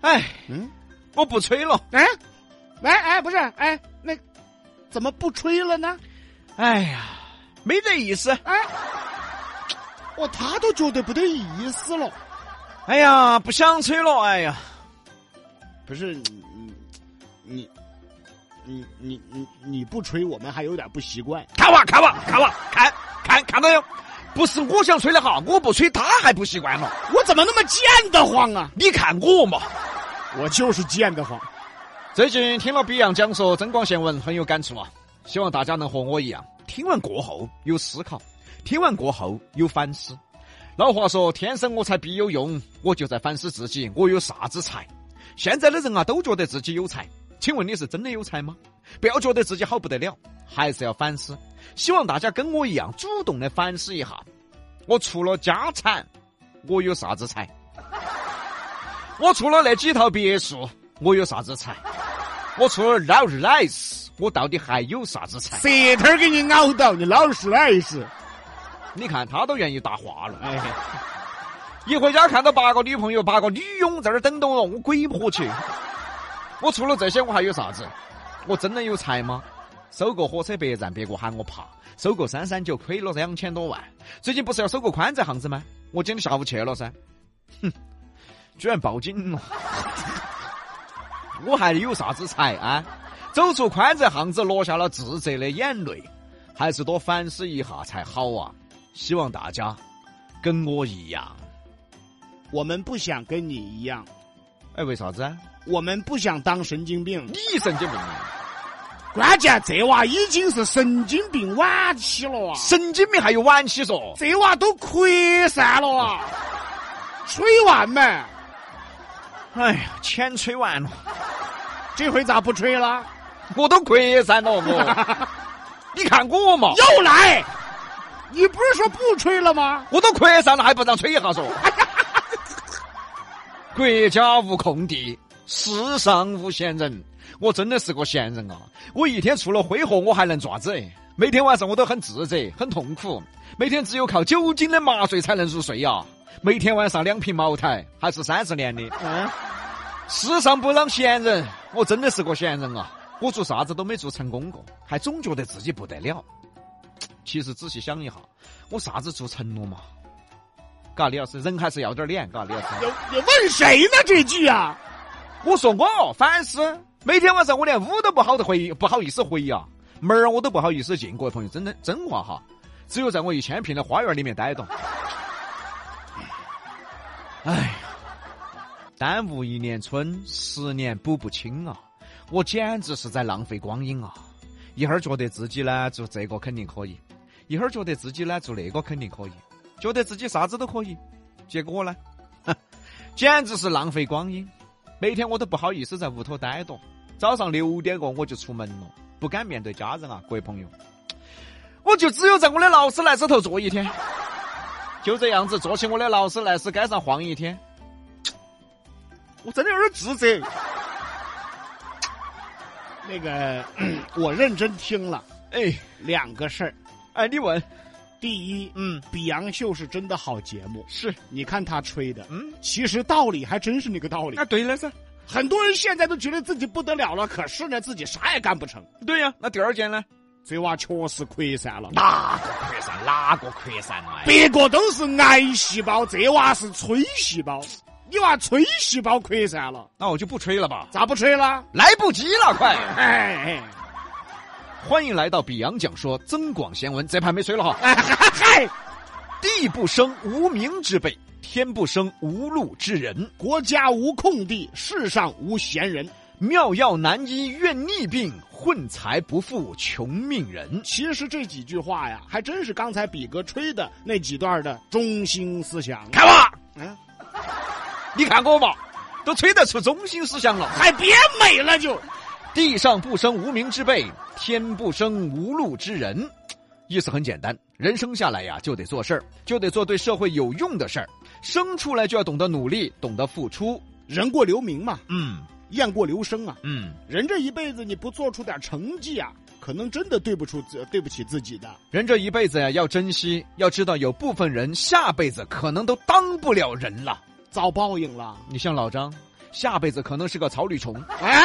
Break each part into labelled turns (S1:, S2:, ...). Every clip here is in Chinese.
S1: 哎，
S2: 嗯，
S1: 我不吹了。
S2: 哎，喂，哎，不是，哎，那怎么不吹了呢？
S1: 哎呀，没得意思。
S2: 哎，哦，他都觉得不得意思了。
S1: 哎呀，不想吹了。哎呀，
S2: 不是你你你你你你不吹，我们还有点不习惯。
S1: 看哇看哇看哇看看看到有？不是我想吹的哈，我不吹他还不习惯了。
S2: 我怎么那么贱得慌啊？
S1: 你看我嘛，
S2: 我就是贱得慌。
S1: 最近听了 Beyond 讲说增广贤文，很有感触啊。希望大家能和我一样，听完过后有思考，听完过后有反思。老话说，天生我材必有用，我就在反思自己，我有啥子才？现在的人啊，都觉得自己有才，请问你是真的有才吗？不要觉得自己好不得了，还是要反思。希望大家跟我一样，主动的反思一下，我除了家产，我有啥子才？我除了那几套别墅，我有啥子才？我除了 Rolls Royce，我到底还有啥子才？
S2: 舌头儿给你咬到，你老实来一试。
S1: 你看他都愿意搭话了。
S2: 哎，
S1: 一回家看到八个女朋友、八个女佣在那儿等到我，我鬼婆去！我除了这些，我还有啥子？我真的有才吗？收个火车别站，别个喊我爬；收个三三九，亏了两千多万。最近不是要收个宽窄巷子吗？我今天下午去了噻，哼，居然报警了！ 我还有啥子才啊？走出宽窄巷子，落下了自责的眼泪，还是多反思一下才好啊！希望大家跟我一样。
S2: 我们不想跟你一样，
S1: 哎，为啥子啊？
S2: 我们不想当神经病。
S1: 你神经病！啊
S2: 关键这娃已经是神经病晚期了啊！
S1: 神经病还有晚期嗦？
S2: 这娃都扩散了啊！吹完没？
S1: 哎呀，钱吹完了，
S2: 这回咋不吹了？
S1: 我都扩散了 我。你看我嘛，
S2: 又来！你不是说不吹了吗？
S1: 我都扩散了，还不让吹一下 嗦？国家无空地，世上无闲人。我真的是个闲人啊！我一天除了挥霍，我还能爪子？每天晚上我都很自责，很痛苦。每天只有靠酒精的麻醉才能入睡呀、啊每天晚上两瓶茅台，还是三十年的。
S2: 嗯，
S1: 世上不让闲人，我真的是个闲人啊！我做啥子都没做成功过，还总觉得自己不得了。其实仔细想一下，我啥子做成了嘛？嘎，李老师，人还是要点脸，嘎，李老师。
S2: 有有问谁呢？这句啊，
S1: 我说我反思，每天晚上我连屋都不好的回，不好意思回呀、门儿我都不好意思进。各位朋友，真的真话哈，只有在我一千平的花园里面待着。哎呀，耽误一年春，十年补不清啊！我简直是在浪费光阴啊！一会儿觉得自己呢做这个肯定可以，一会儿觉得自己呢做那个肯定可以，觉得自己啥子都可以，结果呢，哼简直是浪费光阴。每天我都不好意思在屋头待着，早上六点过我就出门了，不敢面对家人啊，各位朋友，我就只有在我的劳斯莱斯头坐一天，就这样子坐起我的劳斯莱斯街上晃一天，我真的有点自责。
S2: 那个 我认真听了
S1: 哎
S2: 两个事儿。
S1: 哎，你问，
S2: 第一，
S1: 嗯，
S2: 比杨秀是真的好节目，
S1: 是，
S2: 你看他吹的，
S1: 嗯，
S2: 其实道理还真是那个道理。
S1: 对了噻，
S2: 很多人现在都觉得自己不得了了，可是呢，自己啥也干不成。
S1: 对呀、那第二件呢？
S2: 这娃确实溃散了，
S1: 哪个扩散？哪个扩散啊？
S2: 别个都是癌细胞，这娃是催细胞。你娃催细胞溃散了，
S1: 那我就不吹了吧，
S2: 咋不吹了？
S1: 来不及了，快！
S2: 哎
S1: 欢迎来到比洋讲说增广贤文，这盘没吹了哈。
S2: 哎嗨！
S1: 地不生无名之辈，天不生无路之人。
S2: 国家无空地，世上无闲人。
S1: 妙药难医怨逆病，混财不富穷命人。
S2: 其实这几句话呀，还真是刚才比哥吹的那几段的中心思想。
S1: 看我，
S2: 嗯，
S1: 你看我嘛，都吹得出中心思想了。
S2: 还别美了就，
S1: 地上不生无名之辈，天不生无路之人。意思很简单，人生下来呀，就得做事儿，就得做对社会有用的事儿。生出来就要懂得努力，懂得付出。
S2: 人过留名嘛，
S1: 嗯
S2: 雁过留声啊。
S1: 嗯，
S2: 人这一辈子你不做出点成绩啊，可能真的对不出自对不起自己的。
S1: 人这一辈子呀，要珍惜，要知道有部分人下辈子可能都当不了人了。
S2: 遭报应了。
S1: 你像老张，下辈子可能是个草履虫，
S2: 哎，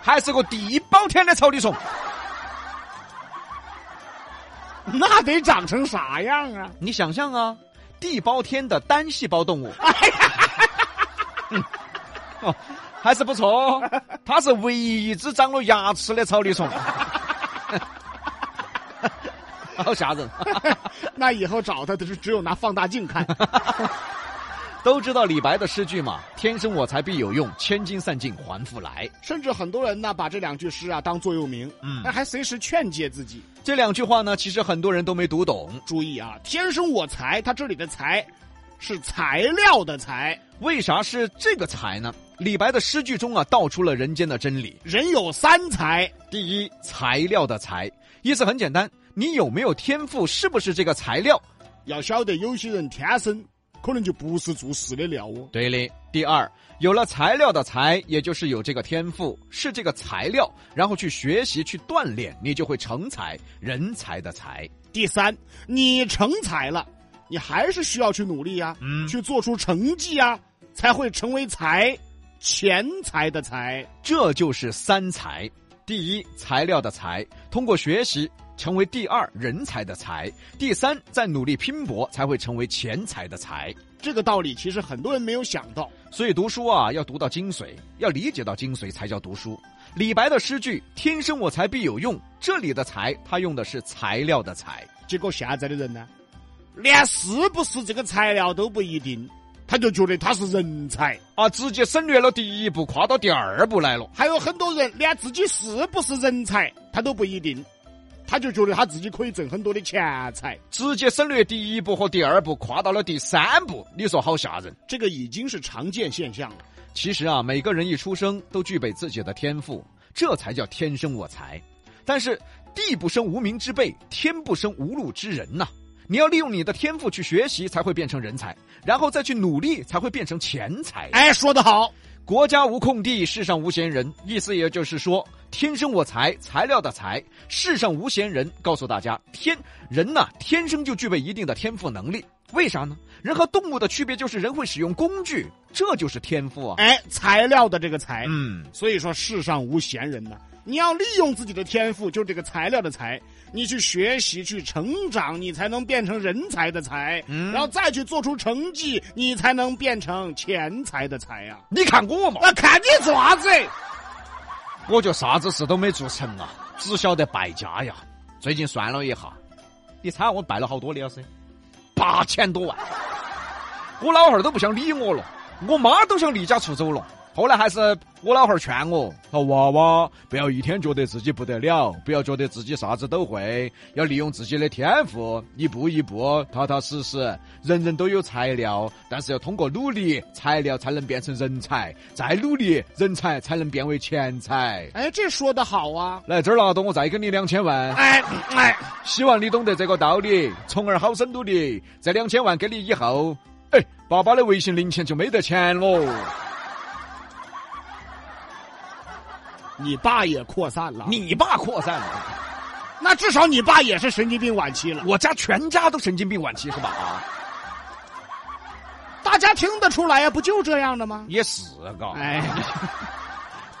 S1: 还是个地包天的草履虫。
S2: 那得长成啥样啊？
S1: 你想象啊，地包天的单细胞动物。嗯哦，还是不错哦，它是唯一一只长了牙齿的草履虫。 好吓人！
S2: 那以后找他，就是只有拿放大镜看。
S1: 都知道李白的诗句嘛，“天生我材必有用，千金散尽还复来
S2: 甚至很多人呢，把这两句诗啊当座右铭，
S1: 嗯
S2: 那还随时劝诫自己。”
S1: 这两句话呢，其实很多人都没读懂。
S2: 注意啊，天生我材，它这里的材是材料的材，
S1: 为啥是这个才呢？李白的诗句中啊，道出了人间的真理。
S2: 人有三才，
S1: 第一，材料的材，意思很简单，你有没有天赋，是不是这个材料？
S2: 要晓得有些人天生可能就不是做事的料哦。
S1: 对嘞。第二，有了材料的材，也就是有这个天赋，是这个材料，然后去学习去锻炼，你就会成才，人才的才。
S2: 第三，你成才了，你还是需要去努力啊，
S1: 嗯
S2: 去做出成绩啊，才会成为才，钱财的财。
S1: 这就是三才：第一，材料的材，通过学习成为第二人才的才；第三，再努力拼搏才会成为钱财的财。
S2: 这个道理其实很多人没有想到。
S1: 所以读书啊，要读到精髓，要理解到精髓才叫读书。李白的诗句“天生我材必有用”，这里的“材”他用的是材料的“材
S2: 结果现在的人呢，连是不是这个材料都不一定，他就觉得他是人才。”，
S1: 啊，直接省略了第一步，跨到第二步来了。
S2: 还有很多人连自己是不是人才他都不一定，他就觉得他自己可以挣很多的钱财。
S1: 直接省略第一步和第二步，跨到了第三步，你说好吓人！
S2: 这个已经是常见现象了。
S1: 其实啊，每个人一出生都具备自己的天赋，这才叫天生我材。但是地不生无名之辈，天不生无路之人呐、你要利用你的天赋去学习，才会变成人才，然后再去努力，才会变成钱财。
S2: 哎，说得好，
S1: 国家无空地，世上无闲人。意思也就是说，天生我材，材料的材，世上无闲人。告诉大家，天人呐、天生就具备一定的天赋能力。为啥呢？人和动物的区别就是人会使用工具，这就是天赋啊。
S2: 哎，材料的这个材，
S1: 嗯，
S2: 所以说世上无闲人呐、你要利用自己的天赋，就是这个材料的材，你去学习、去成长，你才能变成人才的才，然后再去做出成绩，你才能变成钱财的啊财呀、
S1: 你看我嘛，
S2: 我看你做啥子？
S1: 我就啥子事都没做成啊，只晓得败家呀。最近算了一下，你猜我败了好多的了噻？八千多万。我老汉儿都不想理我了，我妈都想离家出走了。后来还是我老汉儿劝我，他娃娃不要一天觉得自己不得了，不要觉得自己啥子都会，要利用自己的天赋，一步一步，踏踏实实。人人都有材料，但是要通过努力，材料才能变成人才，再努力，人才才能变为钱财。
S2: 哎，这说的好啊！
S1: 来这儿拿到我再给你两千万，
S2: 哎哎，
S1: 希望你懂得这个道理，从而好生努力。这两千万给你以后，哎，爸爸的微信零钱就没得钱了。
S2: 你爸也扩散了，
S1: 你爸扩散了，
S2: 那至少你爸也是神经病晚期了。
S1: 我家全家都神经病晚期是吧？啊，
S2: 大家听得出来啊呀、不就这样的吗？
S1: 也是啊个。
S2: 哎，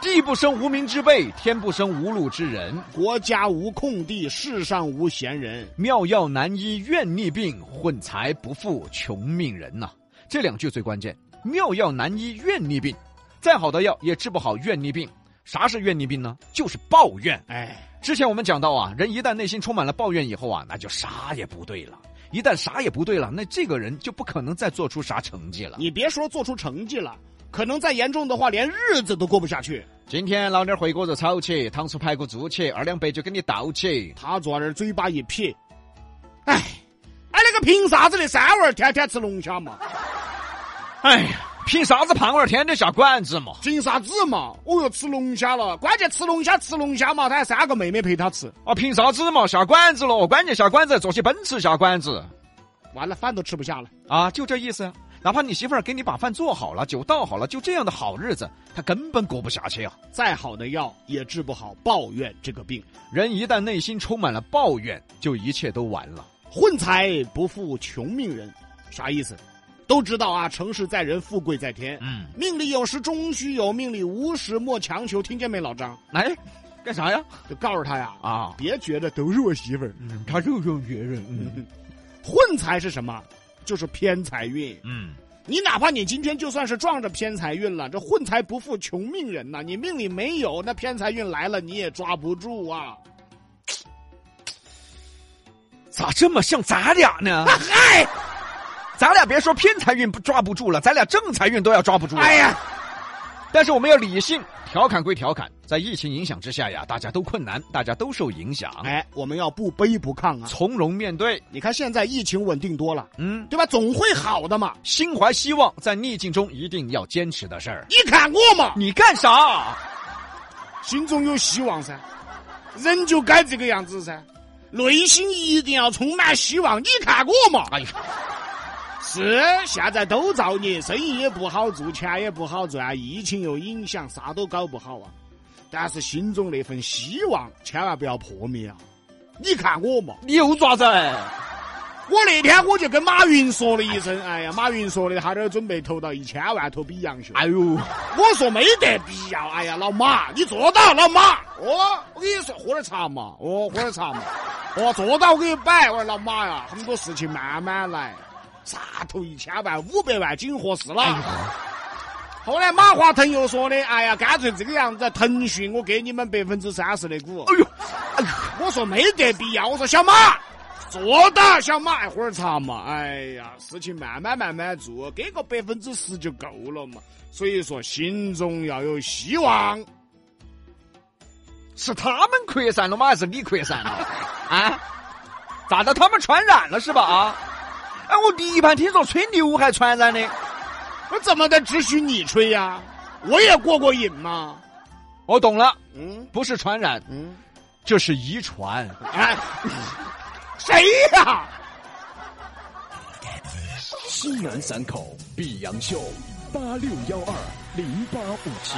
S1: 地不生无名之辈，天不生无路之人。
S2: 国家无空地，世上无闲人。
S1: 妙药难医怨逆病，混财不富穷命人呐、这两句最关键。妙药难医怨逆病，再好的药也治不好怨逆病。啥是怨逆病呢？就是抱怨。
S2: 哎，
S1: 之前我们讲到啊，人一旦内心充满了抱怨以后啊，那就啥也不对了。一旦啥也不对了，那这个人就不可能再做出啥成绩了。
S2: 你别说做出成绩了，可能再严重的话，连日子都过不下去。
S1: 今天老点儿回锅肉炒起，糖醋排骨做起，二两白酒给你倒起。
S2: 他昨儿嘴巴一撇，哎，哎，那个凭啥子的三娃儿天天吃龙虾嘛，
S1: 哎呀，凭啥子胖娃儿天天下馆子嘛？
S2: 凭啥子嘛？哦哟，吃龙虾了，关键吃龙虾吃龙虾嘛，他还三个妹妹陪他吃，
S1: 啊，凭啥子嘛？下馆子了，关键下馆子，坐起奔驰下馆子
S2: 完了饭都吃不下了。
S1: 啊，就这意思。哪怕你媳妇儿给你把饭做好了，酒倒好了，就这样的好日子，他根本过不下去啊。
S2: 再好的药也治不好抱怨这个病。
S1: 人一旦内心充满了抱怨，就一切都完了。
S2: 混财不负穷命人，啥意思？都知道啊，成事在人，富贵在天。
S1: 嗯，
S2: 命里有时终须有，命里无时莫强求。听见没，老张？
S1: 哎，干啥呀？
S2: 就告诉他呀，
S1: 啊，
S2: 别觉得都是我媳妇儿。
S1: 他就是别人。嗯
S2: 混财是什么？就是偏财运。
S1: 嗯，
S2: 你哪怕你今天就算是撞着偏财运了，这混财不富穷命人呐、你命里没有，那偏财运来了你也抓不住啊！
S1: 咋这么像咱俩 呢？嗨，咱俩别说偏财运不抓不住了，咱俩正财运都要抓不住了。
S2: 哎呀，
S1: 但是我们要理性，调侃归调侃，在疫情影响之下呀，大家都困难，大家都受影响，
S2: 哎，我们要不卑不亢啊！
S1: 从容面对。
S2: 你看现在疫情稳定多了，
S1: 嗯，
S2: 对吧？总会好的嘛！
S1: 心怀希望，在逆境中一定要坚持的事儿。
S2: 你看我嘛，
S1: 你干啥？
S2: 心中有希望噻，人就该这个样子噻，内心一定要充满希望。你看我嘛，
S1: 哎呀，
S2: 是，现在都造孽，生意也不好做，钱也不好赚，疫情又影响，啥都搞不好啊。但是心中那份希望，千万不要破灭啊！你看我嘛，
S1: 你又爪子？哎
S2: 我那天我就跟马云说了一声，哎呀，马云说的，他这儿准备投到一千万投比洋秀。
S1: 哎呦，
S2: 我说没得必要，哎呀，老马，你做到，老马，哦，我跟你说，喝点茶嘛，哦，喝点茶嘛，哦，做到我给你摆，我说老马呀，很多事情慢慢来，啥头一千万、五百万紧合适了。后来马化腾又说的，哎呀，干脆这个样子，腾讯我给你们百分之三十的股。
S1: 哎呦，
S2: 我说没得必要，我说小马。做到，小马，哎，喝点茶嘛。哎呀，事情慢慢慢慢做，给个百分之十就够了嘛。所以说，心中要有希望。
S1: 是他们扩散了吗？还是你扩散了？ 啊？咋的？他们传染了是吧？啊？哎，我第一盘听说吹牛还传染的。
S2: 我怎么的只许你吹呀、我也过过瘾嘛。
S1: 我懂了，
S2: 嗯
S1: 不是传染，
S2: 嗯，
S1: 这是遗传。
S2: 哎， 谁呀、
S3: 西南散口碧阳秀八六幺二零八五七。